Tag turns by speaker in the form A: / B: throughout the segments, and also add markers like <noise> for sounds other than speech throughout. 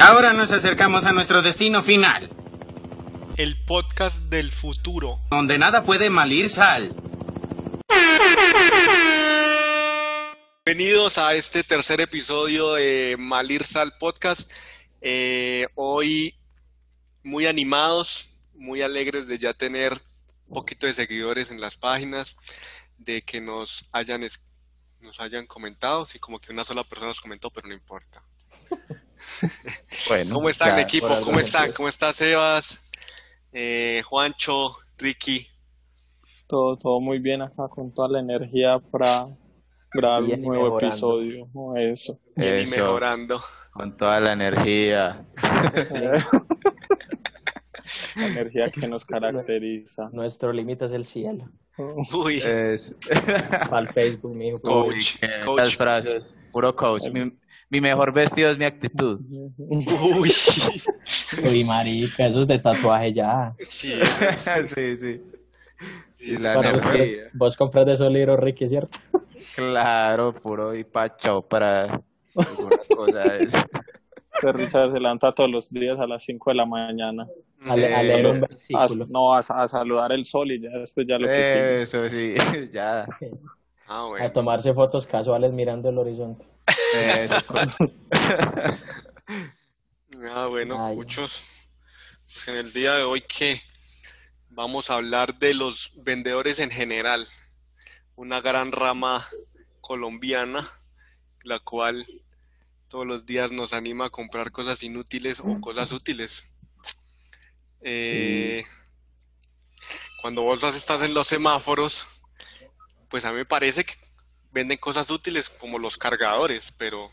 A: Ahora nos acercamos a nuestro destino final,
B: El podcast del futuro.
A: donde nada puede malir sal.
B: Bienvenidos a este tercer episodio de Malir Sal Podcast. Eh, hoy muy animados, muy alegres de ya tener un poquito de seguidores en las páginas, de que nos hayan, es- nos hayan comentado. Sí, como que una sola persona nos comentó, pero no importa.
C: Bueno,
B: ¿Cómo están,
C: ya,
B: equipo?
C: por algo
B: ¿Cómo están?
C: empezó.
B: ¿Cómo está Sebas? Eh, Juancho, Ricky.
D: Todo, todo muy bien acá con toda la energía para grabar
E: Bien
D: un
E: y
D: nuevo
E: mejorando.
D: episodio. ¿no?
E: <laughs>
D: Eso.
B: bien y
C: Eso,
B: mejorando.
C: con toda la energía.
D: la energía que nos caracteriza.
E: Nuestro límite es el cielo.
B: Uy,
C: Es-
E: Para el Facebook, mijo.
B: Coach,
C: Eh, Uy, qué-
B: coach.
C: Las frases, puro coach. Mi, mi mejor vestido es mi
E: <laughs>
C: actitud.
B: uy.
E: Uy, marica, eso es de tatuaje ya.
B: Sí, eso es-
C: sí, sí. Sí, la
E: Bueno, vos,
C: energía.
E: vos compras de esos libros, Ricky, ¿cierto?
C: Claro, puro y pacho para alguna cosa de eso.
D: Terry se adelanta todos los días a las 5 de la mañana.
E: A, le- a
C: Eh,
E: leer un
B: ah,
C: a-
D: A-
E: versículo.
D: no, a, a saludar el sol y ya después ya lo
B: Eh,
D: que sigue.
C: Eso sí, <laughs> ya.
B: Ah, bueno.
E: A tomarse fotos casuales mirando el horizonte.
C: Eso es todo.
B: Ah, bueno,
E: Ay.
B: muchos. Pues en el día de hoy que vamos a hablar de los vendedores en general, una gran rama colombiana, la cual todos los días nos anima a comprar cosas inútiles o cosas útiles. Eh, cuando vos las estás en los semáforos, pues a mí me parece que venden cosas útiles como los cargadores, pero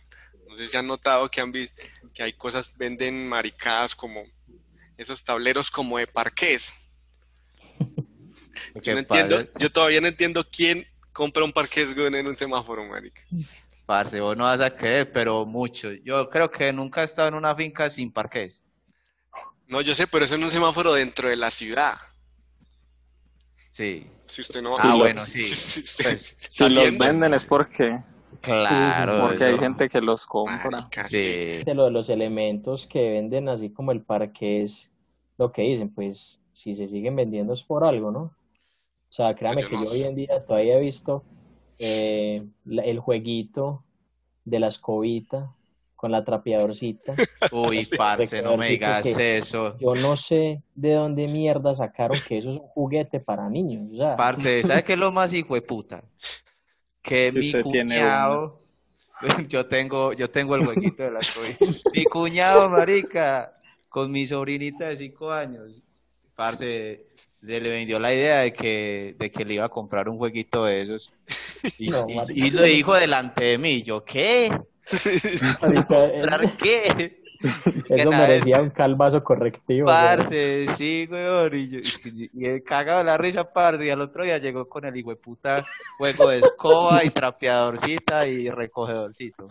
B: no sé si han notado que han visto que hay cosas, venden maricadas como esos tableros como de parqués.
C: Que
B: Yo no entiendo,
C: parce-
B: yo todavía no entiendo quién compra un parqués weón, en un semáforo, marica.
C: Parce, vos no vas a creer, pero mucho. Yo creo que nunca he estado en una finca sin parques.
B: No, yo sé, pero eso en un semáforo dentro de la ciudad.
C: Sí.
B: Si usted no
C: Ah,
B: si-
C: bueno, sí.
B: si- <laughs> si- si-
C: Pues,
D: Si los
B: saliendo,
D: venden es porque,
C: Claro.
D: porque hay
C: eso.
D: gente que los compra.
B: marica, sí.
C: Sí.
E: De lo de los elementos que venden, así como el parque es lo que dicen, pues si se siguen vendiendo es por algo, ¿no? O sea, créame
B: Yo
E: que
B: no
E: yo
B: sé.
E: hoy en día todavía he visto eh, la- el jueguito de la escobita con la trapeadorcita. <laughs>
C: Uy, parce, no me digas
E: Recuerdo <laughs>
C: eso.
E: Yo no sé de dónde mierda sacaron que eso es un juguete para niños. O sea, <laughs>
C: Parce, ¿sabes qué es lo más hijo de puta? Que
D: Que
C: mi
D: usted tiene
C: cuñado, <laughs> yo tengo, yo tengo el huequito
D: <laughs>
C: de la COVID. Mi cuñado, marica, con mi sobrinita de cinco años, parce, se le vendió la idea de que, de que le iba a comprar un jueguito de
E: <laughs>
C: esos. Y,
E: No,
C: y-
E: marica.
C: y lo dijo delante de mí, yo, ¿qué? <laughs>
E: marica,
C: ¿Comprar qué? que
E: eso
C: nada,
E: merecía un calvazo correctivo. güey.
C: eh. Parce, sí, weón. Y, yo- y el cagado de la risa, parce. Y al otro día llegó con el hijueputa juego de escoba y trapeadorcita y recogedorcito.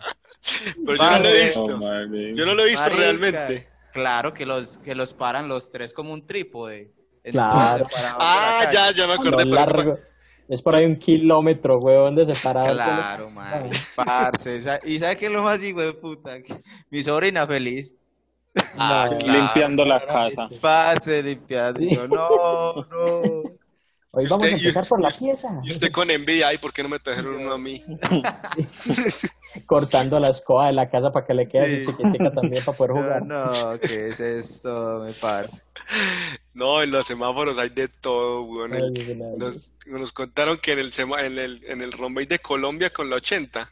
B: Pero yo no lo he
C: Vale.
B: visto.
D: Oh, madre.
B: Yo no lo he visto
C: Marica,
B: realmente.
C: Claro que los, que los paran los tres como un trípode. Entonces,
E: Claro.
C: se paraban por
B: Ah,
C: la
B: ya,
C: calle.
B: ya me
E: No,
B: acordé. pero-
E: largo. Es por ahí un kilómetro, weón, de separado.
C: Claro, man. Parce. esa- ¿Y sabes qué es lo más hijueputa? Que Mi sobrina feliz.
B: Ah,
E: No.
B: claro.
D: Limpiando la casa.
C: Parce, limpiando. Y yo,
E: <laughs>
C: no, no.
E: Hoy
B: ¿Y
E: vamos
B: usted-
E: a empezar
B: y-
E: por la
B: y-
E: pieza.
B: Y usted con envidia, ay, ¿por qué no me trajeron uno a mí?
E: Cortando la escoba de la casa para que le
C: Sí.
E: quede así chiquitica también para poder
C: Yo, <laughs>
E: jugar.
C: no, ¿qué es esto, me parce?
B: No, en los semáforos hay de todo, weón. El-
E: Ay, Dios mío.
B: Nos, nos contaron que en el, sema- en el, en el Rombay de Colombia con la 80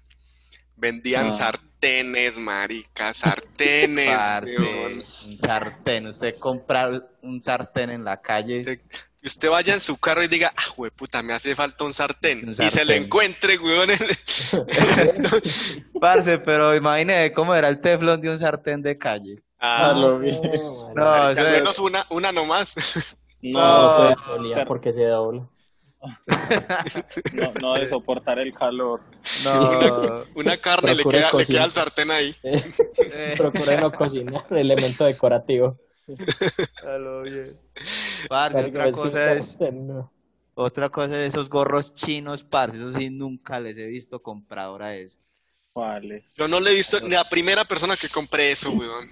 B: vendían
D: Ah.
B: sartenes, marica, sartenes,
C: Parce,
B: weón.
C: un sartén, usted compra un sartén en la calle,
B: Se- que Usted vaya en su carro y diga, ah, güey, puta, me hace falta un sartén.
C: Un
B: y se lo
C: sartén.
B: encuentre, weón. en-
C: parce, pero imagínese cómo era el teflón de un sartén de calle.
D: Ah,
B: Ah,
D: lo vi.
E: No,
C: No,
E: marica,
B: marica,
C: eso
B: al
C: es-
B: menos una, una nomás. <laughs>
D: No,
E: se solía
D: ser-
E: porque se dobla.
D: no, no de soportar el calor.
C: no,
B: Una carne le
E: Procure
B: queda, le
E: cocinar.
B: queda el sartén ahí.
E: <laughs>
C: eh,
E: Procure no cocinar, elemento decorativo.
C: <laughs> a lo bien. Parce,
E: Marica,
C: otra
E: es que
C: cosa
E: un
C: es,
E: sartén, no.
C: otra cosa es esos gorros chinos, parce, eso sí nunca les he visto compradora eso.
D: Vale.
B: Yo no le he visto ni a la primera persona que compré eso, weón.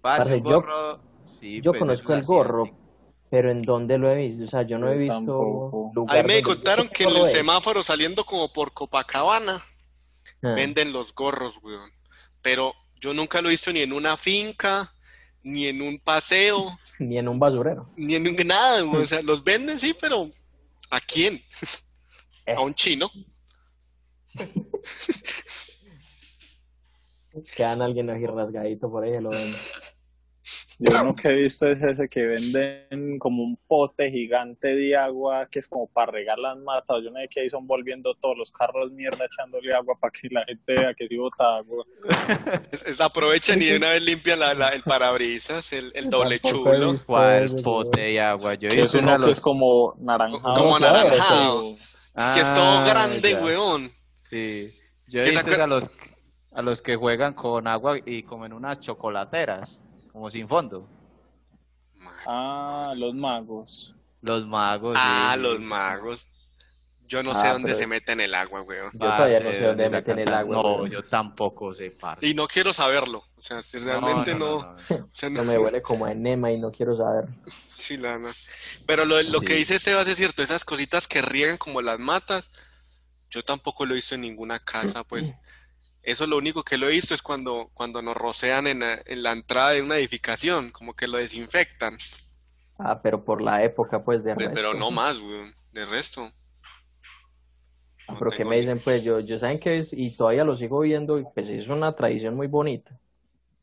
C: Parce,
E: Parce,
C: el
E: yo-
C: gorro, sí,
E: Yo
C: pues,
E: conozco
C: es
E: el gorro,
C: asiático.
E: pero ¿en dónde lo he visto? O sea, yo no he
D: Yo
E: visto
D: tampoco.
E: lugar
B: A mí me
E: donde-
B: contaron
E: ¿Ese
B: que en
E: gorro
B: el
E: es?
B: semáforo saliendo como por Copacabana
E: Ah,
B: venden los gorros, weón. Pero yo nunca lo he visto ni en una finca, ni en un paseo,
E: Ni en un basurero.
B: ni en un- nada, weón. O sea, los venden sí, pero ¿a quién? <laughs> A un chino.
E: Quedan alguien así rasgadito por ahí, se lo ven.
D: Yo lo que he visto es ese que venden como un pote gigante de agua que es como para regar las matas. Yo no sé qué ahí son volviendo todos los carros mierda echándole agua para que la gente vea que sí bota agua.
B: Es- es- aprovechan y de una vez limpian la- la- el parabrisas, el, el <laughs> doble
E: Tampoco he
B: chulo.
E: visto
C: ¿Cuál
E: ese,
C: pote de agua? Yo
D: Que es
C: hice
D: uno
C: una
D: que es como naranjado.
B: Como
D: claro,
B: anaranjado.
D: pero-
B: que es todo
C: Ah,
B: grande,
C: ya.
B: weón.
C: Sí.
B: Que
C: Yo he visto
B: saca-
C: a los, a los que juegan con agua y comen unas chocolateras, como sin fondo.
D: Ah, los magos.
C: Los magos.
B: Ah,
C: Pues sí,
B: los
C: sí.
B: magos. Yo no
E: Ah,
B: sé dónde
E: pero-
B: se meten el agua, weón.
E: Yo todavía no sé
C: Parce,
E: dónde
C: ¿dónde
E: meten
C: sacan
E: el
C: tan-
E: agua, pues.
C: No,
E: weón.
C: yo tampoco sé, parce.
B: Y no quiero saberlo. O sea, si realmente no. o sea, no-
E: No me huele como a enema y no quiero saber.
B: Sí, la verdad. Pero lo, lo que
C: Sí.
B: dice Sebas es cierto, esas cositas que riegan como las matas, yo tampoco lo he visto en ninguna casa, pues eso lo único que lo he visto es cuando, cuando nos rocean en la, en la entrada de una edificación, como que lo desinfectan,
E: Ah, pero por la época, pues, de
B: Pe- pero
E: resto.
B: no más, weón, de resto.
E: Ah,
B: No
E: pero que
B: tengo
E: me
B: ni-
E: dicen, pues yo, yo saben que es, y todavía lo sigo viendo, y pues es una tradición muy bonita,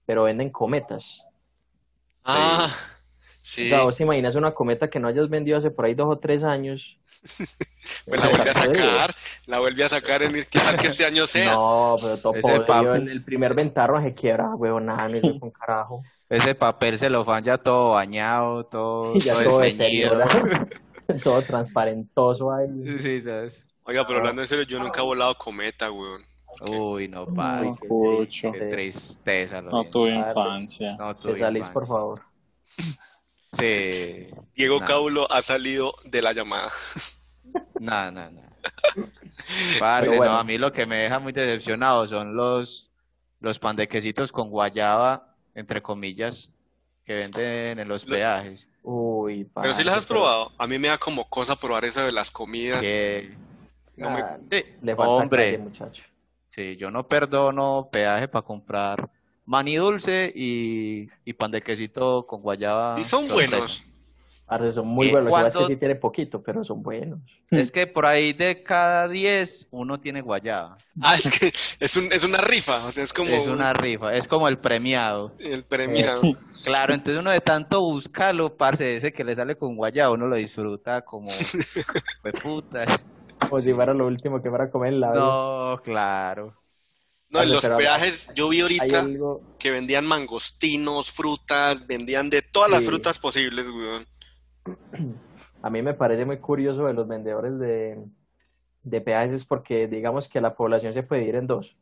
E: pero venden cometas.
B: Ah,
E: O
B: sí,
E: sea, vos te imaginas una cometa que no hayas vendido hace por ahí dos o tres años.
B: <laughs> pues la vuelve a
E: Sí.
B: sacar, la vuelve a sacar en qué tal que este año sea.
E: No, pero todo
C: Ese
E: podrido,
C: papo.
E: en el primer ventarro se quiebra, huevón, nada, no hizo con carajo.
B: <laughs>
C: Ese papel celofán ya todo bañado, todo,
E: Y <laughs> ya
C: todo
E: todo
C: desteñido.
E: deteriorado, <laughs> todo transparentoso ahí.
C: <laughs> Sí, ¿sabes?
B: Oiga, pero hablando en serio, yo nunca he volado cometa, weón.
C: Uy, no, padre.
D: No, cucho.
C: Qué tristeza. Lo
D: No
C: bien.
D: tuve
E: Claro.
D: infancia.
C: No, tú,
E: Te salís,
C: Iván.
E: por favor.
C: Sí.
B: Diego
C: No.
B: Caulo ha salido de la llamada.
C: No, no,
E: <laughs>
C: no. Parce,
E: Pero bueno.
C: no, a mí lo que me deja muy decepcionado son los, los pandequecitos con guayaba, entre comillas, que venden en los
B: Lo-
C: peajes.
E: Uy,
B: Pero si
E: parce,
B: las has
E: pero-
B: probado, a mí me da como cosa probar eso de las comidas.
C: Que,
B: No me-
E: Ah,
C: Sí,
E: le falta
C: hombre,
E: calle, muchacho.
C: sí, yo no perdono peaje para comprar maní dulce y, y pan de quesito con guayaba.
B: Y son
C: sorpresa.
B: buenos.
E: Parce, son muy
C: Eh,
E: buenos. Lo que pasa es que
C: ¿cuándo-
E: sí tiene poquito, pero son buenos.
C: Es que por ahí de cada 10 uno tiene guayaba.
B: Ah, es que es, un- es una rifa, o sea, es como
C: Es una rifa, es como el premiado.
B: el premio.
E: <laughs>
C: Claro, entonces uno de tanto buscarlo, parce, ese que le sale con guayaba, uno lo disfruta
E: <laughs>
C: como de puta.
E: Como si fuera lo último que fuera a comer en la vida.
C: No, claro.
B: No, en
E: Vale,
B: los
E: pero-
B: peajes yo vi
E: Hay
B: ahorita
E: algo,
B: que vendían mangostinos, frutas, vendían de todas las
E: Sí.
B: frutas posibles, weón.
E: a mí me parece muy curioso de los vendedores de, de peajes es porque digamos que la población se puede dividir en dos.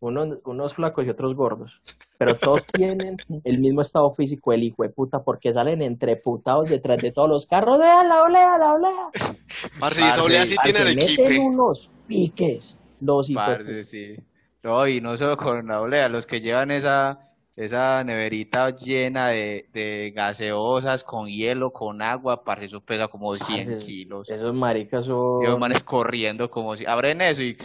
E: Unos, unos flacos y otros gordos. Pero <laughs> todos tienen el mismo estado físico del hijo de puta porque salen entreputados detrás de todos los carros. ¡Vea la olea, la olea!
B: Parce, y esa olea
C: Parce,
B: sí
E: Parce,
B: tiene el
E: meten
B: equipo.
E: unos piques. Los hijos de
C: Parce, sí. No, y no solo con la olea, los que llevan esa, esa neverita llena de, de gaseosas, con hielo, con agua, parce, eso pesa como 100
E: Parce,
C: kilos.
E: Esos maricas son.
C: Y los manes corriendo como si... Abren eso y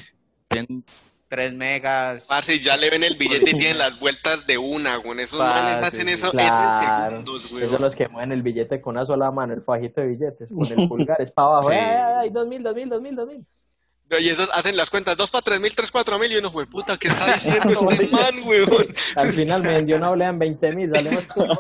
C: tienen 3 megas.
B: Parce, y ya le ven el billete y tienen las vueltas de una, weón. Esos
C: Parce,
B: manes hacen
C: sí.
B: eso, eso
E: Claro.
B: en segundos,
E: Esos son
B: weón.
E: los que mueven el billete con una sola mano, el fajito de billetes, con <laughs> el pulgar, es para abajo.
C: Sí.
E: ¡Ay, ay, ay! ¡Dos mil, dos mil, dos mil, dos mil!
B: Y esos hacen las cuentas, dos para tres mil, tres cuatro mil, y uno, weón, puta, ¿qué está diciendo este man, weón?
E: Al final me vendió una olea en 20 mil,
B: <laughs>
E: salimos todos.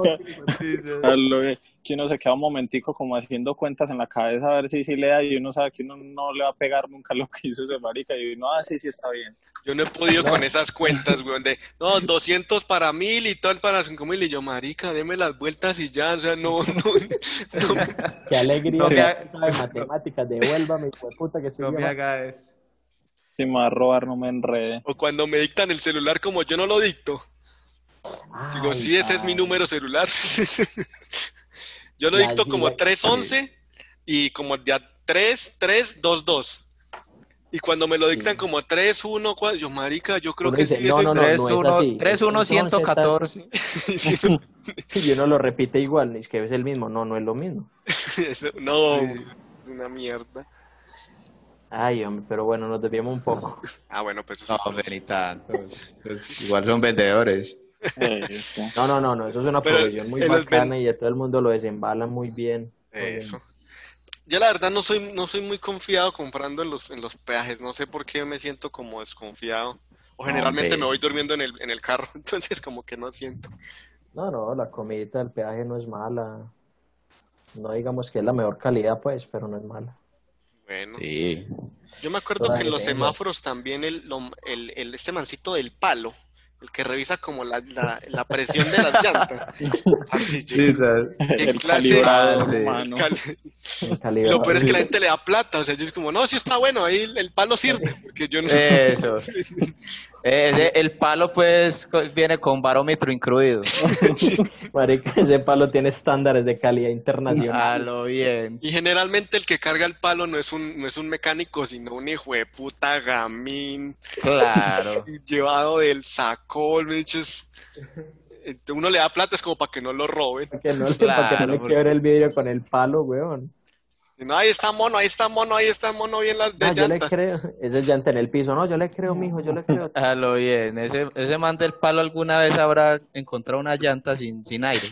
D: A lo que- que uno se queda un momentico como haciendo cuentas en la cabeza a ver si sí le da y uno sabe que uno no le va a pegar nunca lo que hizo ese marica y uno, ah, sí, sí está bien.
B: Yo no he podido con esas cuentas, weón, de no, 200 para mil y tal para cinco mil. Y yo, marica, deme las vueltas y ya, o sea, no, no, no.
E: ¡Qué alegría!
C: No me
E: que
C: ha-
E: usted sabe matemáticas, devuélvame, hijo de puta, que soy
C: No
E: yo.
C: me haga eso.
D: Si me va a robar, no me enrede.
B: O cuando me dictan el celular, como yo no lo dicto. Digo,
E: Ay,
B: sí, ese es mi
E: ay.
B: número celular. <laughs> Yo lo
E: La
B: dicto como
E: giga-
B: 311 y como ya 3322. Y cuando me lo dictan
E: Sí.
B: como 3, 1, 4, yo, marica, yo creo
E: Uno
B: que
E: dice,
B: sí.
E: no,
B: ese-
E: no, no,
C: 3,
E: es
C: 1,
E: así.
C: 3, 1,
E: Entonces, tal-
B: <laughs>
C: 114.
E: Y uno lo repite igual, es que es el mismo. No, no es lo mismo. <laughs>
B: Eso- no, es una mierda.
E: Ay, hombre, pero bueno, nos desviamos un poco.
B: Ah, bueno, pues eso
C: No,
B: es-
C: pero ni tanto. Pues, pues, igual son vendedores.
D: Eso.
E: No, no, no, no, eso es una
B: Pero
E: profesión muy
B: en los
E: bacana y a todo el mundo lo desembala muy bien. Muy bien.
B: Eso. Yo la verdad no soy, no soy muy confiado comprando en los, en los peajes. No sé por qué me siento como desconfiado. O
E: Ah,
B: generalmente
C: Hombre.
B: me voy durmiendo en el, en el carro, <laughs> entonces como que no siento.
E: No, no, la comidita del peaje no es mala. No digamos que es la mejor calidad, pues, pero no es mala.
B: Bueno,
C: Sí.
B: yo me acuerdo
E: Toda
B: que en los
E: depende.
B: semáforos también el, lo- el, el- este mancito del palo, el que revisa como la, la, la presión de
E: <laughs>
B: las llantas. Parce, yo- qué
D: El
B: clase-
D: calibrado,
C: Sí.
D: hermano.
B: cal-
E: En calidad.
B: Lo peor es que la gente le da plata, o sea, yo es como, no, sí está bueno, ahí el, el palo sirve, porque
E: Eh,
B: yo no
C: Eso. Ese- el palo, pues, co- viene con barómetro incluido.
E: <laughs> Marica, ese palo tiene estándares de calidad
C: A
E: internacional.
C: lo bien.
B: Y generalmente el que carga el palo no es un, no es un mecánico, sino un hijo de puta gamín,
C: Claro.
B: llevado del sacol, bichos. Ent- Uno le da plata, es como para que no lo roben.
E: Para que no, para que
C: Claro,
E: no le
C: porque-
E: quiebre el vidrio con el palo, weón.
B: Y No, ahí está mono, ahí está mono, ahí está mono bien las de
E: No, Ah, yo le
B: llantas.
E: creo. Esa es llanta en el piso. No, yo le creo, mijo, yo le
C: <laughs>
E: creo.
C: A lo bien. Ese, ese man del palo alguna vez habrá encontrado una llanta sin, sin aire.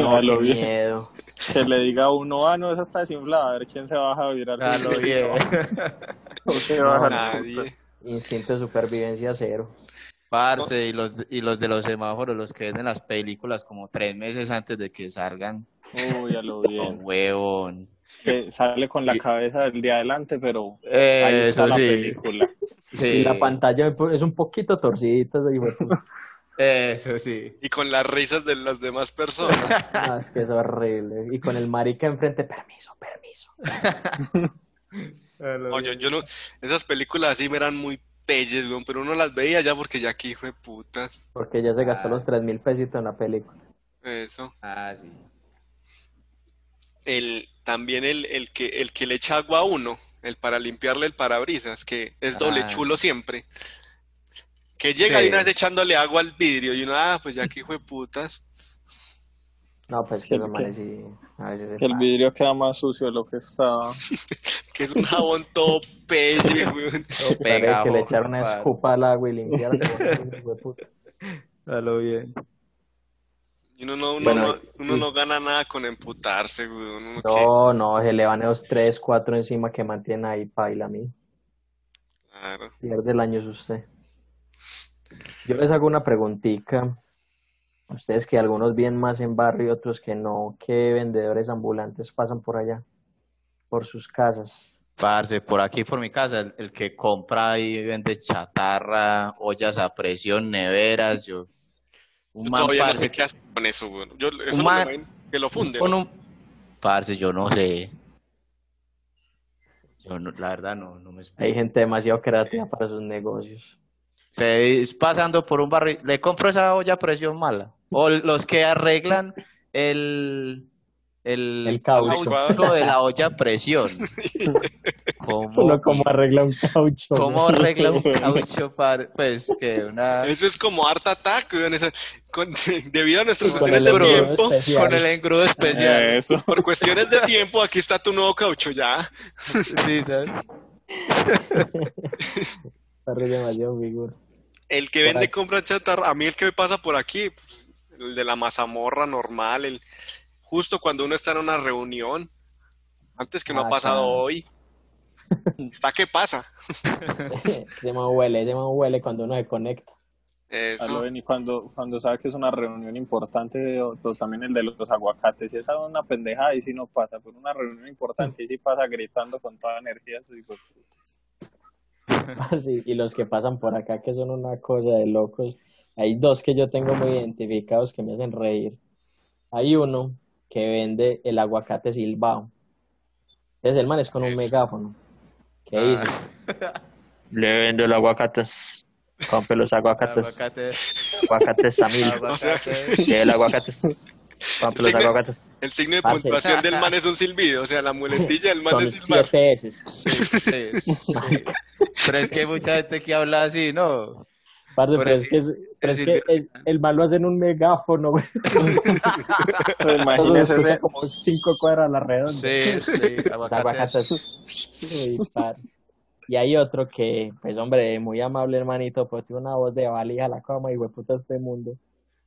D: A lo
E: Qué
D: bien.
E: miedo.
D: Que le diga a uno, ah, no, esa está desinflada, a ver quién se baja a virar.
C: A lo
D: <laughs>
C: bien.
D: ¿Por qué
E: No,
D: bajan?
B: Nadie.
E: Instinto de supervivencia cero.
C: Parce, y los, y los de los semáforos, los que venden las películas como tres meses antes de que salgan.
D: Uy, a lo
C: No,
D: bien.
C: huevón.
D: Que sale con la cabeza del día adelante, pero ahí
C: Eh,
D: está
C: eso
D: la
C: sí.
D: película.
C: sí.
E: Y la pantalla es un poquito torcidita. ese hijo de puta.
C: Eso sí.
B: Y con las risas de las demás personas.
E: No, es que es horrible. Y con el marica enfrente, permiso, permiso.
B: No, yo, yo no, esas películas así me eran muy pelles, weón, pero uno las veía ya porque ya aquí, hijo de putas.
E: Porque ya se gastó
C: Ah.
E: los tres mil pesitos en la película.
B: Eso.
C: Ah, sí.
B: el también el, el que el que le echa agua a uno, el para limpiarle el parabrisas, que es doble
C: Ah.
B: chulo siempre. Que llega de una
C: Sí.
B: vez echándole agua al vidrio y uno, ah, pues ya que hijo de putas.
E: No, pues que
D: Que-
E: los
D: que-
E: manes sí, a veces se
D: Que el
E: pasan.
D: vidrio queda más sucio de lo que estaba.
B: Que es un jabón todo
C: <laughs>
B: pelle, weón.
C: Todo
E: Claro,
C: pegado,
E: que le echaron una
C: compadre.
E: escupa al agua y limpiar.
C: A lo bien.
B: Y uno no, uno
E: Bueno,
B: no, uno no gana nada con emputarse, weón. Uno que-
E: No, no, se le van esos tres, cuatro encima que mantienen ahí paila a mí.
B: claro.
E: Pierde el año es usted. Yo les hago una preguntica. Ustedes que algunos vienen más en barrio y otros que no, ¿qué vendedores ambulantes pasan por allá? Por sus casas.
C: Parce, por aquí, por mi casa, el, el que compra y vende chatarra, ollas a presión, neveras, yo. Un
B: Yo
C: man,
B: todavía no
C: parce,
B: sé qué hacer con eso, weón. Yo, eso no
C: man-
B: me imagino que lo funden.
C: con un- Parce, yo no sé. Yo no- la verdad no, no me explico.
E: Hay gente demasiado creativa para sus negocios.
C: Se es pasando por un barrio, le compro esa olla a presión mala. O los que arreglan el el,
E: El caucho.
C: caucho de la olla a presión.
B: <laughs>
E: Uno
C: ¿Cómo,
E: como arregla un caucho.
C: cómo arregla un caucho para pues que una
B: Eso es como harta ataque, weón. esa- con- <laughs> debido a nuestros
E: Con el
B: cuestiones de
E: engrudo
B: tiempo,
E: especial.
C: con el engrudo especial.
D: Eso.
B: por cuestiones de tiempo, aquí está tu nuevo caucho ya.
C: Sí, ¿sabes?
E: Arregla demasiado
C: <laughs>
E: figura.
B: El que
E: Por
B: vende y
E: ahí.
B: compra chatarra, a mí el que me pasa por aquí, pues, el de la mazamorra normal, el justo cuando uno está en una reunión, antes que no
E: Ah,
B: ha pasado
E: claro. <laughs>
B: hoy, está que pasa.
E: <laughs> Se me huele, se me huele cuando uno se conecta.
D: A
B: Eso.
D: lo bien, y cuando, cuando sabe que es una reunión importante, o, to- también el de los, aguacates, si esa es una pendejada, y si no pasa, por una reunión importante, y si pasa gritando con toda energía, eso digo,
E: Así, y los que pasan por acá, que son una cosa de locos. Hay dos que yo tengo muy identificados que me hacen reír. Hay uno que vende el aguacate silbao. Entonces el man es con un
B: Eso.
E: megáfono. ¿Qué
C: Ah.
E: dice? <laughs> Le vendo el aguacate. Compre los aguacates.
C: Aguacate,
E: Aguacates a mil.
C: aguacate.
E: el aguacate. Juan
B: Sí,
E: Pelota
B: me-
E: Rogatas.
B: El signo de
E: Parce.
B: puntuación del man es un silbido, o sea, la muletilla del man
E: Son
B: es silbar.
E: siete S.
C: Sí, sí, sí. Pero es que hay mucha gente que habla así, ¿no?
E: Parce,
C: Por
E: pero es
C: decir-
E: que, es- pero es
C: decir-
E: que el, el man lo hace en un megáfono, güey.
D: Entonces,
E: Eso se
D: imagínense
E: escucha
D: ese,
E: como cinco cuadras a la redonda.
C: Sí, sí,
E: Los
C: aguacate.
E: aguacates. Uy, parce. Y hay otro que, pues hombre, muy amable hermanito, pues tiene una voz de valija a la cama y hueputa este mundo.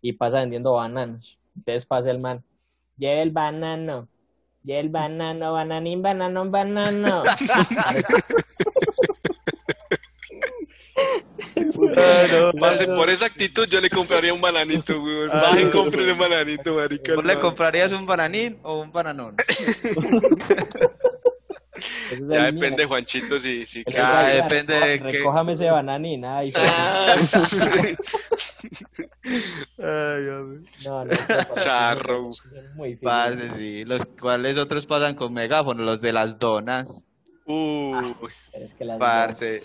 E: Y pasa vendiendo bananos. Entonces pasa el man. Lleve el banano. Lleve el banano, bananín, bananón, banano.
C: Ah, No, no,
B: Parce,
C: no.
B: por esa actitud yo le compraría un bananito, güey. Bajen, cómprenle un bananito, marica.
C: ¿Vos le
B: no.
C: comprarías un bananín o un bananón?
E: Ese es el
B: Ya
E: mío.
B: depende, Juanchito, si, si
E: El
B: cae.
C: Ah,
E: otro día,
C: depende de
E: "No,
C: qué-
E: Recójame ese bananín. Ay,
B: Ah.
E: no, no, no, no,
B: Charro.
E: son Muy finos.
C: Parce, sí. Los cuales otros pasan con megáfono, los de las donas.
B: Uy.
E: Pero es que las
C: Parce.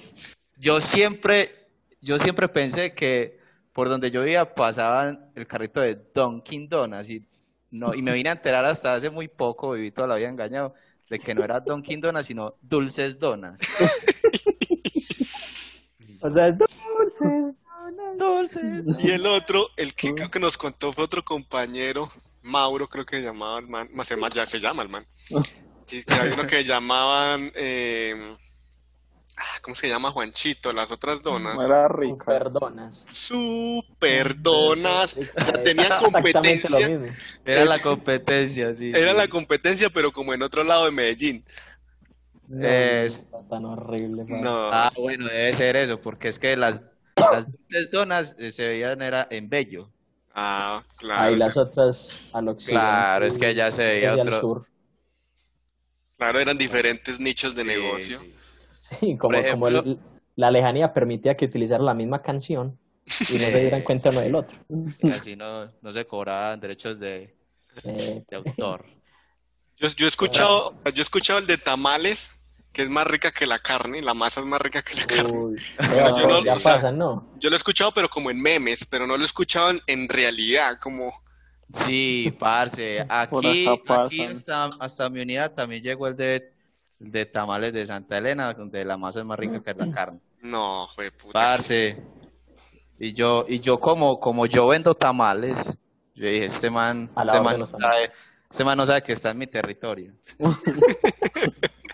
C: Yo siempre, yo siempre pensé que por donde yo iba pasaban el carrito de Dunkin' Donuts y no, y me vine a enterar hasta hace muy poco, viví toda la vida engañado, de que no era Dunkin' Donuts, sino Dulces Donas.
E: O sea, es dulces, donas, dulces.
B: Y el otro, el que creo que nos contó fue otro compañero, Mauro creo que se llamaba el man, más se llama- ya se llama el
E: <laughs>
B: man. Sí, que había uno que llamaban, eh, ah, ¿cómo se llama Juanchito? Las otras donas.
D: era rico.
E: Perdonas.
B: Super donas. O sea, tenían
E: Exactamente lo
B: competencia.
E: mismo.
C: Era la competencia, sí.
B: Era
C: sí.
B: la competencia, pero como en otro lado de Medellín.
E: No,
C: Es-
E: no, Tan horrible. parce.
B: No.
C: Ah, bueno, debe ser eso, porque es que las, las dulces donas eh, se veían era en Bello.
B: Ah,
E: Ahí
B: claro.
E: las otras al occidente.
C: Claro, es que allá se veía
E: y al
C: otro-
E: sur. <laughs>
B: Claro, eran diferentes nichos de negocio.
C: Sí, sí.
E: Sí, como,
C: Por
E: como
C: ejemplo-
E: el- la lejanía permitía que utilizara la misma canción y no
B: <laughs>
E: se dieran cuenta uno del otro.
C: Y así no, no se cobraban derechos de,
E: Eh,
C: de autor.
B: Yo, yo he escuchado, yo he escuchado el de tamales, que es más rica que la carne, la masa es más rica que la carne.
E: uy,
B: Pero
E: eh,
B: yo no-
E: ya
B: o sea,
E: pasa, ¿no?
B: Yo lo he escuchado, pero como en memes, pero no lo he escuchado en, en realidad, como
C: Sí,
E: <laughs>
C: parce.
D: Por
C: Aquí,
D: acá
C: aquí
D: pasan.
C: hasta, hasta mi unidad también llegó el de, el de tamales de Santa Elena, donde la masa es más rica que
E: Mm.
C: la carne.
B: no, fue puta.
C: Parce. Y yo, y yo como, como yo vendo tamales, yo dije, este man,
E: A
C: este
E: la orden
C: man, no
E: los tamales.
C: sabe, este man no sabe que está en mi
E: <laughs>
C: territorio.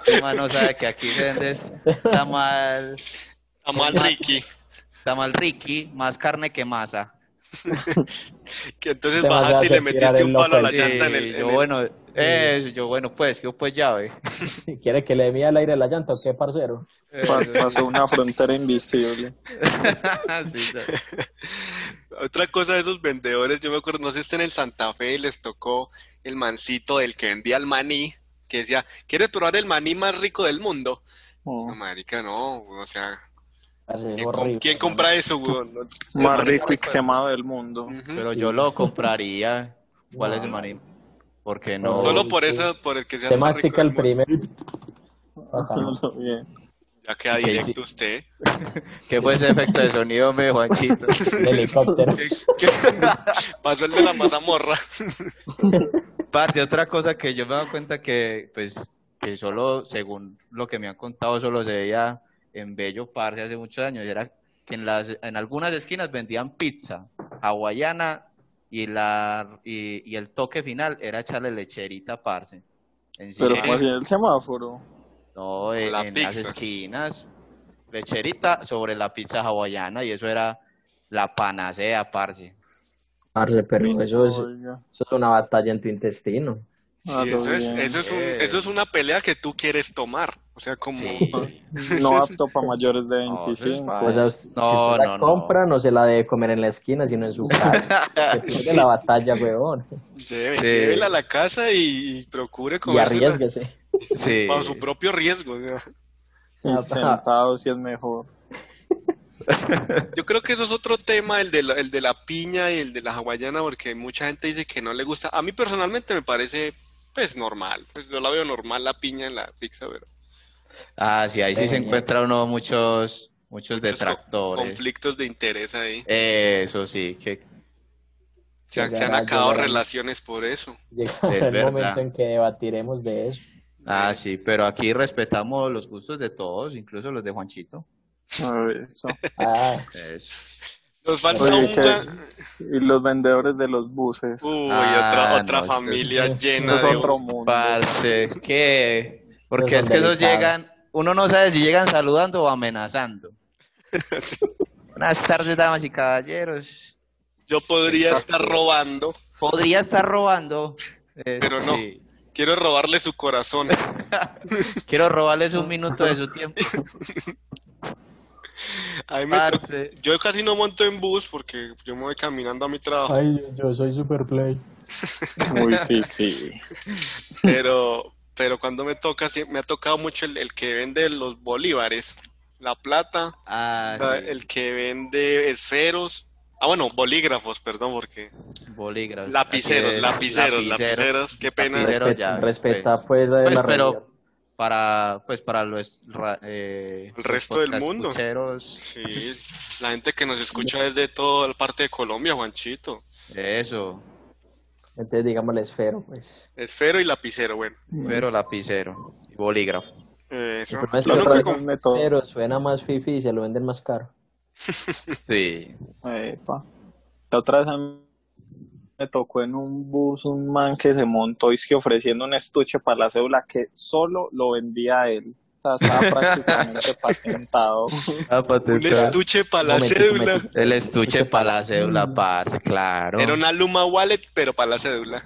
C: este man no sabe que aquí se vende es tamal,
B: Tamal Ricky.
C: tamal Ricky, más carne que masa.
B: Que entonces
E: Te mandaste
B: bajaste y le
E: a tirar
B: metiste
E: el
B: un palo a la
E: loco,
B: llanta en el.
C: Sí,
B: en
C: yo,
B: el-
C: bueno, eh, yo, bueno, pues, yo, pues, llave.
E: ¿Quiere que le mía el aire la llanta o qué, parcero?
B: Eh,
D: Pas- Pasó una frontera invisible.
C: <laughs> Sí, sí.
B: Otra cosa de esos vendedores, yo me acuerdo, no sé si está en el Santa Fe, les tocó el mancito del que vendía el maní, que decía, ¿quieres probar el maní más rico del mundo?
D: Oh.
B: No, marica, no, o sea,
E: Parce, es
B: ¿quién, com-
E: horrible.
B: quién compra eso, weón?
C: <laughs>
B: No,
D: Más rico y quemado del mundo.
B: ujú.
C: Pero yo lo compraría. ¿Cuál es el
E: No.
C: maní? Porque no.
B: Solo
E: Oh,
B: por
E: sí.
B: eso, por el que sea
E: Te
B: el más rico
E: mastica
B: del
E: el
B: mundo.
E: primero.
B: Ah.
E: Acá, ¿no?
D: Bien.
B: Ya queda
C: Ok,
B: directo
C: sí.
B: usted. <laughs>
C: ¿Qué fue ese efecto de sonido, me <laughs> Juanchito?
E: El helicóptero.
B: <laughs> Pasó el de la mazamorra.
C: Parte, otra cosa que yo me he dado cuenta que, pues, que solo, según lo que me han contado, solo se veía en Bello Parce hace muchos años. Era que en, las, en algunas esquinas vendían pizza hawaiana y, la, y, y el toque final era echarle lecherita, Parce. Encima.
D: Pero como así en el semáforo.
C: No, en,
B: la
C: en las
B: pizza.
C: esquinas. Lecherita sobre la pizza hawaiana y eso era la panacea, parce.
E: Parce, pero eso es,
D: Oiga.
E: eso es una batalla en tu intestino.
D: Ah,
B: Sí,
D: lo
B: eso es,
D: bien.
B: eso es un-
C: Eh.
B: eso es una pelea que tú quieres tomar. O sea, como <laughs>
C: Sí.
D: Ah, <laughs> No apto para mayores de
C: No, eso es
D: 25.
C: pa-
E: O sea, si
C: No,
E: usted la
C: no, no.
E: compra, no se la debe comer en la esquina, sino en su
C: <laughs>
E: casa. Se pierde la batalla, weón.
B: lleve-
C: Sí.
B: llévela a la casa y, y procure
E: Y
B: comérsela
E: arriesguese.
C: Sí.
B: bajo su propio riesgo. o sea.
E: Ah,
D: Y sentado si es mejor.
B: Yo creo que eso es otro tema, el de, la, el de la piña y el de la hawaiana, porque mucha gente dice que no le gusta. A mí personalmente me parece, pues, normal. Pues, yo la veo normal la piña en la pizza, pero
C: Ah, sí, ahí sí se
E: Genial.
C: encuentra uno muchos, muchos
B: muchos co-
C: detractores.
B: conflictos de interés ahí.
C: Eso sí, que
B: Se, han-
E: Ya,
B: se han
E: ya,
B: acabado
E: ya.
B: relaciones por eso.
E: Llegará
C: Es
E: el
C: verdad.
E: momento en que debatiremos
C: <laughs>
E: de eso.
C: Ah, sí, pero aquí respetamos los gustos de todos, incluso los de Juanchito.
D: Ay, eso.
E: Ah,
C: Eso.
B: Nos falta un...
D: Oye, ¿qué?
B: plan-
D: Y los vendedores de los buses.
B: Uy,
C: Ah,
B: otra, otra
C: no, eso-
B: familia llena
D: eso es
B: de...
D: otro mundo.
C: Parce, es que... Porque
E: Esos
C: es
E: son
C: que esos
E: delicados.
C: llegan... Uno no sabe si llegan saludando
B: <laughs>
C: o amenazando. Buenas tardes, damas y caballeros.
B: Yo podría estar robando,
C: Podría estar robando. eh,
B: Pero no.
C: sí.
B: quiero robarle su corazón.
C: Quiero robarles un minuto de su
B: <laughs>
C: tiempo.
B: A mí me to-
C: Parce.
B: Yo casi no monto en bus porque yo me voy caminando a mi trabajo,
E: ay, yo soy Superplay.
D: Uy, sí, sí.
B: pero, pero cuando me toca, sí, me ha tocado mucho el, el que vende los bolívares, la plata,
C: Ah,
B: la-
C: sí,
B: el que vende esferos, ah bueno, bolígrafos, perdón, porque
C: bolígrafos.
B: lapiceros,
C: Así es,
B: lapiceros, lapiceros, qué pena.
C: Lapicero, Eh, ya,
E: Respeta
C: pues.
E: pues, la de
C: Pues,
E: la
C: pero-
E: realidad.
C: para pues para los ra- eh,
B: El
C: los
B: resto del
C: podcast
B: mundo.
C: escucheros,
B: Sí, la gente que nos escucha desde toda la parte de Colombia, Juanchito.
C: eso
E: Entonces digamos el esfero, pues.
B: Esfero y lapicero, bueno. eh,
C: pero lapicero y bolígrafo
B: Eso.
E: El problema es
B: Yo
E: que
B: nunca
E: otra vez
B: conf-
D: Díganme todo.
E: Pero suena más fifi y se lo venden más caro.
C: sí
D: Epa. La otra vez a mí me tocó en un bus un man que se montó y que ofreciendo un estuche para la cédula que solo lo vendía él. O sea, estaba
C: <laughs>
D: prácticamente patentado.
E: Ah,
B: Un estuche para la
E: Momentico,
B: cédula.
E: momentico.
C: el estuche para la cédula parce claro
B: Era una Luma Wallet, pero para la cédula.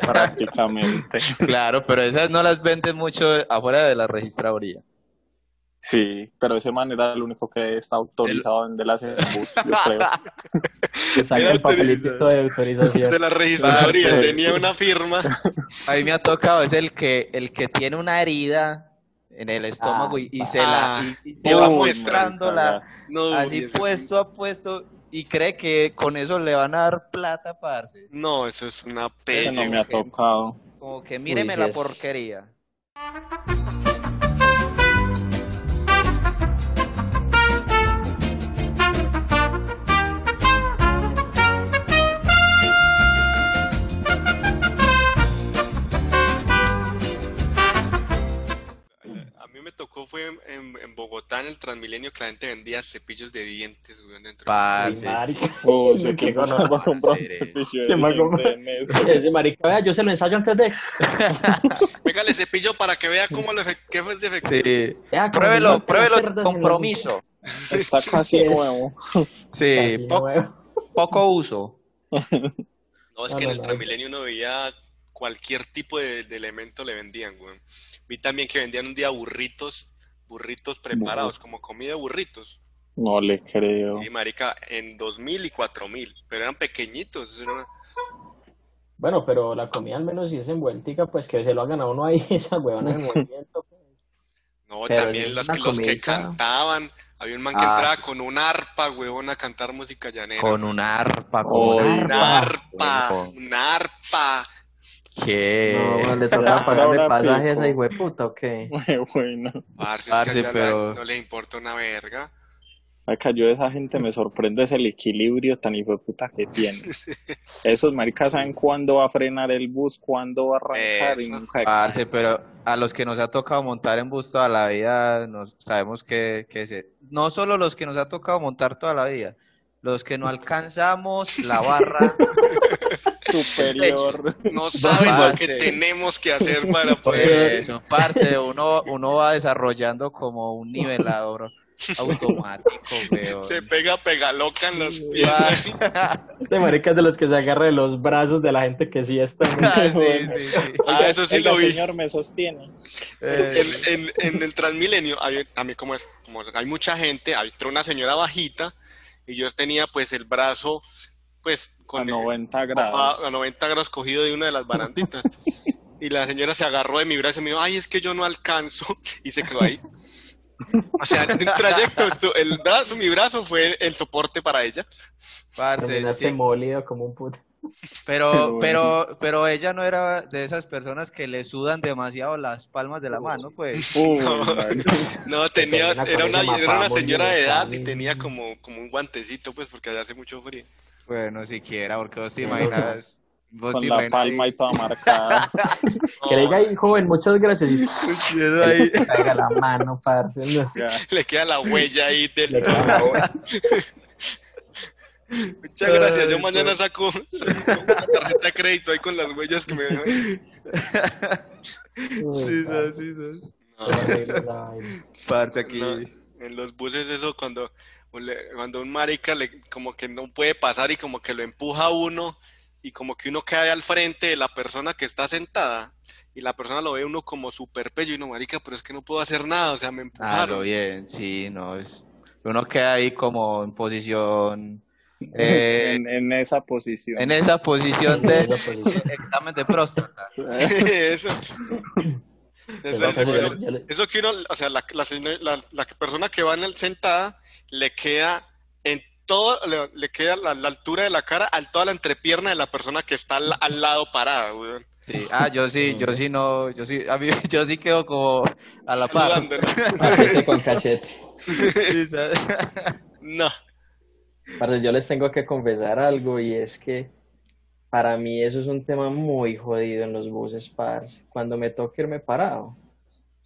D: prácticamente.
C: claro pero esas no las venden mucho afuera de la registraduría
D: Sí, pero ese man era el único que está autorizado a vender las en el bus, yo creo.
E: Que saca el papelito de
B: De <laughs>
E: autorización.
B: la registraduría
D: Claro.
B: tenía una firma.
C: a mí me ha tocado es el que el que tiene una herida en el estómago y, y se la y, <laughs> y
B: Ah,
C: va
B: uy,
C: mostrándola
B: No, uy,
C: así
B: ese sí.
E: pues.
C: puesto a puesto y cree que con eso le van a dar plata, parce.
B: No, eso es una
D: Ese
B: pelle.
D: no me ha tocado.
C: Como que míreme
E: sí
C: la
E: es.
C: porquería.
B: A mí me tocó fue en, en- en Bogotá, en el Transmilenio, que la gente vendía cepillos de dientes, güey, dentro.
E: Uy,
C: Parce.
E: marica. <laughs>
D: Oh,
E: Uy, qué gonorrea.
D: a comprar un
C: Sí.
D: servicio de
E: Qué mal
D: dientes
E: compra-
D: en eso.
E: <laughs> Ese marica, vea, yo se lo ensayo antes de...
B: Pégale cepillo para que vea cómo lo efe- que es de efectivo.
C: Sí.
E: Vea, como me
C: Pruébelo,
E: matan las
C: pruébelo
E: cerdas en
C: el
E: los-
C: compromiso.
D: Está casi
E: Es-
D: nuevo.
C: Sí,
E: Casi
C: po-
E: nuevo.
C: poco uso.
B: No, es
E: No,
B: que en
E: no,
B: el
E: no.
B: Transmilenio uno veía cualquier tipo de, de elemento le vendían, güey. Vi también que vendían un día burritos, burritos preparados, como comida de burritos.
D: No le
C: <laughs>
D: creo. <laughs>
B: Y marica, en 2000 y 4000, pero eran pequeñitos. eso era una-
E: Bueno, pero la comida al menos si es envueltica, pues que se lo hagan a uno ahí, <laughs> esa huevona de movimiento.
B: No,
E: Pero es
B: también las
E: una
B: que, los que
E: comidita.
B: cantaban. Había un man que
C: Ah,
B: entraba con un arpa, huevón, a cantar música llanera.
C: Con un arpa, con
D: Oh,
C: un
B: un
C: arpa.
B: arpa, un arpa.
C: ¿Qué?
E: No,
C: <laughs>
E: bueno, le toca pagarle
D: Ahora
E: pasaje a
D: pico.
E: esa hijueputa, ¿o qué?
D: Bueno,
B: Parce, es que
C: Parce,
B: allá la-
C: pero-
B: no les importa una verga.
D: acá yo de esa gente me sorprende es el equilibrio tan hijo puta que
B: <laughs>
D: tiene. Esos maricas saben cuándo va a frenar el bus, cuándo va a arrancar y
B: Eso.
D: nunca.
C: Parce, pero a los que nos ha tocado montar en bus toda la vida, nos, sabemos que, que se- no solo los que nos ha tocado montar toda la vida, los que no alcanzamos la barra,
D: Superior.
B: No saben lo que
C: Parce.
B: tenemos que hacer para poder.
C: pues parte uno, uno va desarrollando como un nivelador automático, weón.
B: Se pega pegaloca en las
C: Ah,
B: piernas.
E: Este marica es de los que se agarra de los brazos de la gente que sí está.
C: <laughs>
E: en-
C: sí, sí, sí.
B: <laughs> <laughs> Ah, eso sí
D: Oiga,
B: lo vi.
D: señor me sostiene.
C: Eh,
B: En, en- en el Transmilenio, hay- también como, es, como hay mucha gente, hay una señora bajita y yo tenía pues el brazo pues
D: A
B: con
D: 90
B: <laughs>
D: grados.
B: a, a 90 grados cogido de una de las
E: <laughs>
B: baranditas. Y la señora se agarró de mi brazo y me dijo, ay, es que yo no alcanzo. <laughs> Y se quedó ahí. O sea, en el trayecto, estu- el brazo, mi brazo fue el, soporte para ella.
C: parce,
E: Terminaste
C: sí,
E: este molido como un puto.
C: Pero,
D: Pero
C: pero, pero ella no era de esas personas que le sudan demasiado las palmas de la mano, pues.
D: Uy,
B: No.
D: marica.
B: No, tenía,
E: pena con
B: era
E: ese
B: una, era una
E: mapamundi
B: señora
E: que
B: de edad
E: sale.
B: y tenía como, como un guantecito, pues, porque allá hace mucho frío.
C: Bueno, Pues siquiera, porque vos te
E: Sí,
C: imaginas. Vos te
D: Con la
C: imaginas
D: palma y toda marcada.
E: Que le diga ahí, joven, muchas gracias. Y
C: y eso <laughs>
D: <laughs>
C: ahí.
E: <laughs>
C: <laughs>
E: le caiga la mano, parce. no.
D: Ya.
B: Le queda la huella
E: <laughs>
B: ahí del...
E: Le queda la
B: <laughs> Muchas gracias, yo
C: Ay,
B: mañana
C: pues.
B: saco, saco una tarjeta de crédito ahí con las huellas que me dejó.
E: <laughs> Uy,
C: Sí,
E: parce,
C: sos, sí, sos.
B: No,
E: terrible la vaina.
C: Parce, aquí.
B: no, en los buses eso cuando, le- cuando un marica le, como que no puede pasar y como que lo empuja a uno y como que uno cae al frente de la persona que está sentada y la persona lo ve a uno como súper pello y uno, marica, pero es que no puedo hacer nada, o sea, me
C: Ah,
B: empujaron.
C: lo bien, sí, no, es... Uno queda ahí como en
D: <laughs>
C: posición, <laughs> Eh,
D: en, en esa posición.
C: en esa posición
D: <laughs>
E: Sí,
C: de <laughs>
E: en esa posición.
C: examen de próstata.
B: <laughs> eso.
E: Pero,
B: Eso, eso
E: parce,
B: que
E: yo
B: uno-
E: le- yo le-
B: eso que uno, o sea, la, la señora- la- la persona que va en el sentada le queda en todo, le, le queda la, la altura de la cara, al toda la entrepierna de la persona que está al, al lado parada, weón.
C: Sí, ah, yo sí, yo sí no, yo sí, a mí, <laughs> yo sí quedo como a la par.
B: Saludándola.
E: Cachete con cachete.
C: <laughs> Sí,
D: <laughs>
C: ¿sabes?
B: No.
E: Parce, yo les tengo que confesar algo y es que para mí eso es un tema muy jodido en los buses, parce. Cuando me toca irme parado.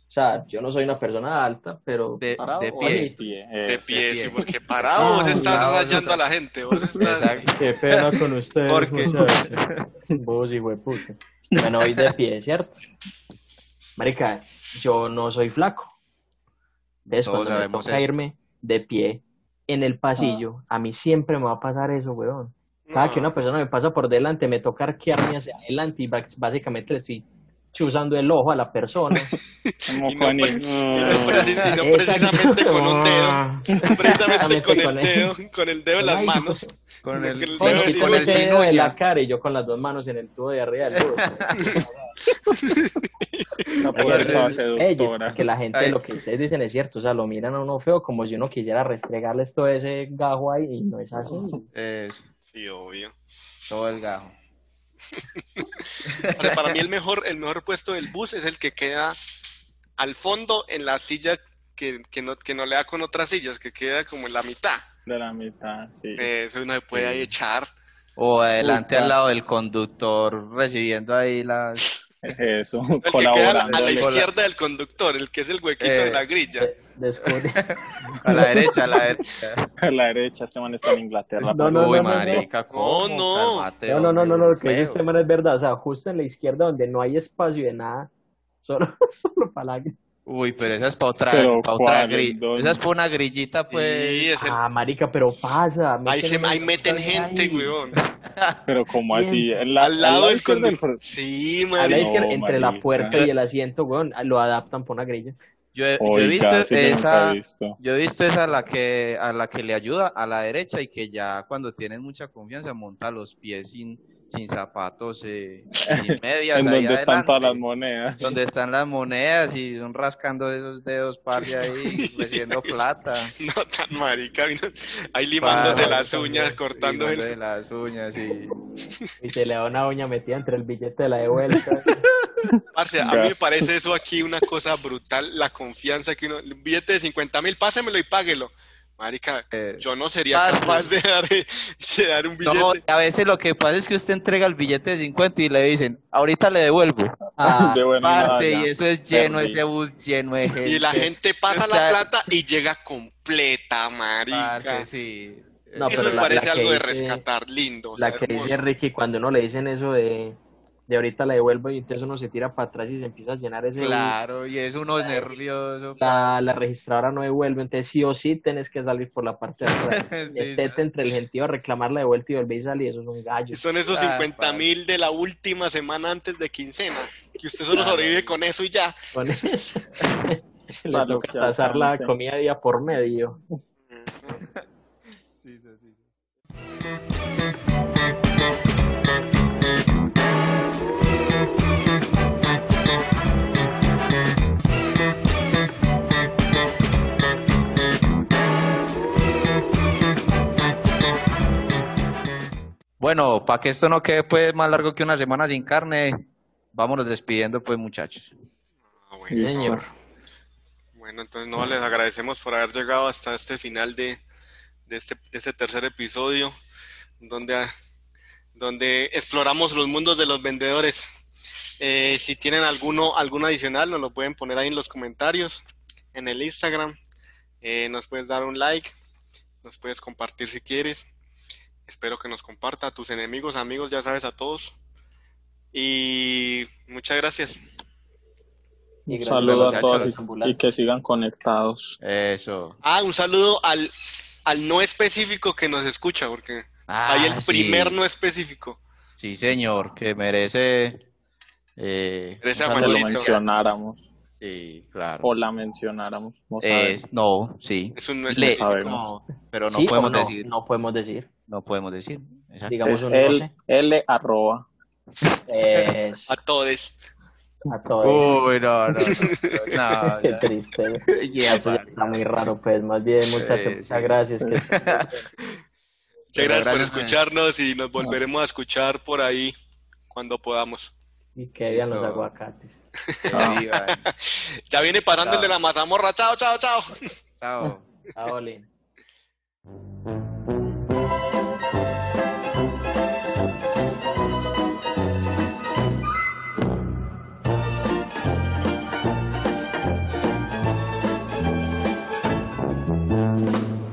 E: O sea, yo no soy una persona alta, pero
C: De-
E: parado
C: de
E: o
C: pie.
E: ahí.
D: Pie,
B: De
D: eso.
B: pie,
C: pie.
B: sí, porque parado vos
E: Ah,
B: estás
C: parado es
B: rayando
C: otra.
B: a la gente, vos estás...
C: Exacto.
E: Qué pena con ustedes,
C: Porque-
E: <laughs> muchachos. Vos, hijo de puta. Bueno, voy de pie, ¿cierto? Marica, yo no soy flaco. ¿Ves?
C: Todos
E: Cuando me
C: sabemos
E: toca
C: eso.
E: irme de pie en el pasillo, a mí siempre me va a pasar eso, weón. Cada que pues, una persona me pasa por delante, me toca arquearme hacia adelante y ba- básicamente le estoy chuzando el ojo a
B: <laughs>
E: la persona.
D: Como Mm,
B: Y no,
D: con
B: pues,
D: el-
B: Y
E: eh,
B: no, preci- y no
E: Exacto.
B: precisamente con un dedo,
E: Ah. <laughs>
B: precisamente
E: Exactamente,
B: con
E: con
B: el
E: el-
B: dedo, con el dedo de las
E: Ay, pues,
B: manos.
C: Con
B: Lo
C: el,
B: que les
C: con
B: iba a decir,
C: el,
E: Joder, con
C: con
E: el
C: el
E: dedo de la
C: ciruela.
E: cara y yo con las dos manos en el tubo de arriba
B: <laughs>
E: del bus.
D: Una
E: Ey,
D: postura
B: pues,
C: Guarden-
D: seductora.
E: que la gente
C: Ay.
E: lo que ustedes dicen es cierto, o sea, lo miran a uno feo como si uno quisiera restregarles todo ese gajo ahí y no es así.
C: Eso,
B: Sí, obvio.
C: todo el gajo.
B: Para, para mí el mejor, el mejor puesto del bus es el que queda al fondo en la silla que, que no, que no le da con otras sillas, que queda como en la mitad.
D: De la mitad, sí.
B: Eh, Eso uno se puede ahí echar.
C: O adelante
D: Puta.
C: al lado del conductor recibiendo ahí las...
D: Eso,
B: El que queda a la
D: colaborando.
B: izquierda del conductor, el que es el huequito
C: Eh,
B: de la grilla.
E: De- descubrí-
B: <laughs>
C: A la derecha, a la derecha.
D: A la derecha, este man está en Inglaterra.
E: No, no,
C: Uy,
E: no, no,
C: marica, ¿cómo?
B: No, no.
C: Cálmate,
E: No, no, no, no, no, lo que
C: hombre,
E: dice este
C: feo.
E: man es verdad, o sea, justo en la izquierda donde no hay espacio de nada, solo, <laughs> solo para la...
C: Uy, pero esa es para otra,
D: Pero,
C: pa' otra
D: ¿cuál?
C: grilla.
D: ¿Dónde?
C: Esa es para una grillita, pues.
B: Sí, es el-
E: Ah, marica, pero pasa.
B: ahí, se,
E: una
B: ahí meten
E: cosa
B: gente, oh,
E: ahí.
B: weón.
D: Pero como así, en la-
B: Al lado del
D: izquierda
B: conductor. Sí,
E: A la
B: marica.
E: izquierda,
D: No,
E: entre la
D: marica.
E: puerta y el asiento, weón, ah, lo adaptan por una grilla.
C: Yo he, yo he visto
D: Oiga, sí que nunca
C: esa,
D: he visto.
C: yo he visto esa a la que a la que le ayuda a la derecha y que ya cuando tienen mucha confianza monta los pies sin sin zapatos, eh, sin medias
D: En
C: ahí
D: donde están todas las
C: adelante.
D: monedas.
C: donde están las monedas y son rascando esos dedos parce
B: <laughs>
C: ahí recibiendo plata,
B: No tan marica. mira, Ahí limándose
C: Para,
B: las uñas, cortando
C: de las uñas y
E: Y se le da una uña metida entre el billete de la
D: <laughs>
E: de vuelta.
B: Parce, a
D: Ya.
B: mí me parece eso aquí una cosa brutal, la confianza que uno, un billete de 50 mil, pásemelo y páguelo. Marica,
C: eh,
B: yo no sería
C: Parce.
B: capaz de dar, de dar un billete.
C: no, a veces lo que pasa es que usted entrega el billete de 50 y le dicen, ahorita le devuelvo.
E: Ah,
D: <laughs> de buena
C: Parce,
D: nada,
C: y eso es lleno,
D: Perdí.
C: ese bus lleno de gente.
B: y la gente pasa
C: O sea,
B: la plata y llega completa, marica.
C: Parce, sí.
E: No,
B: Eso
E: pero
B: me
E: la-
B: parece
E: la que
B: algo de
E: dice-
B: rescatar, lindo. o
E: la
B: sea,
E: que
B: hermoso.
E: dice Ricky, cuando uno le dicen eso de, de ahorita la devuelvo y entonces uno se tira para atrás y se empieza a llenar ese...
C: Claro, y es uno nervioso.
E: La, la registradora no devuelve, entonces sí o sí tenés que salir por la parte de atrás.
B: <laughs>
C: Sí,
E: Metete entre el gentío a reclamar la devuelta y volver y salir, eso es un gallo.
B: Son esos
C: Ah,
B: 50 mil de la última semana antes de quincena, que usted solo sobrevive con eso y ya.
E: Con eso. <laughs>
D: Para
E: Le
D: lo
E: toca
D: que
E: tasar la
D: alcance.
E: comida día por medio.
C: sí, sí, sí. Bueno, Bueno, para que esto no quede pues más largo que una semana sin carne, vámonos despidiendo pues muchachos.
B: Ah, bueno.
E: Sí, señor.
B: Bueno, entonces no, les agradecemos por haber llegado hasta este final de, de este, de este tercer episodio, donde, donde exploramos los mundos de los vendedores. Eh, si tienen alguno, alguno adicional, nos lo pueden poner ahí en los comentarios, en el Instagram. Eh, nos puedes dar un like, nos puedes compartir si quieres. Espero que nos comparta a tus enemigos, amigos, ya sabes, a todos. Y muchas gracias.
E: Y
D: Un
E: gracias
D: saludo a
E: los
D: todos
E: muchachos
D: y, y
E: ambulantes.
D: que sigan conectados.
C: Eso.
B: Ah, un saludo al, al no específico que nos escucha, porque
C: Ah,
B: hay el
C: sí.
B: primer no específico.
C: Sí, señor, que merece... Eh,
B: Merece
C: un
B: a
C: saludo
D: Que lo
B: Manchito.
C: más-
D: mencionáramos.
C: Sí, claro.
D: O la mencionáramos. No
C: Eh,
D: sabemos.
C: no, sí.
B: Es un no
C: Le-
B: específico.
D: sabemos.
C: no, pero no
E: Sí, o
C: podemos decir. No.
E: No podemos decir.
C: podemos decir. Exacto.
E: Digamos
D: Es
E: un
D: el L arroba.
E: roce. Es
B: A todos.
E: a
C: <laughs>
E: todos.
C: Uy, no, no, no, no,
E: Qué
C: Oh, ya.
E: triste.
C: Ya,
E: Eso ya
C: padre.
E: está muy raro, pues. Más bien,
C: Sí,
E: muchachos,
C: sí.
E: muchas gracias. Que estén muy bien.
B: Muchas
C: Bueno,
B: gracias por
C: gracias, eh.
B: escucharnos y nos volveremos a escuchar por ahí cuando podamos.
E: y que vean los
C: Listo.
E: aguacates.
C: Que vivan.
B: Ya viene pasando el
C: Chao.
B: de la mazamorra. Chao, chao, chao.
C: Chao.
E: Chao, Lin.
F: Mm.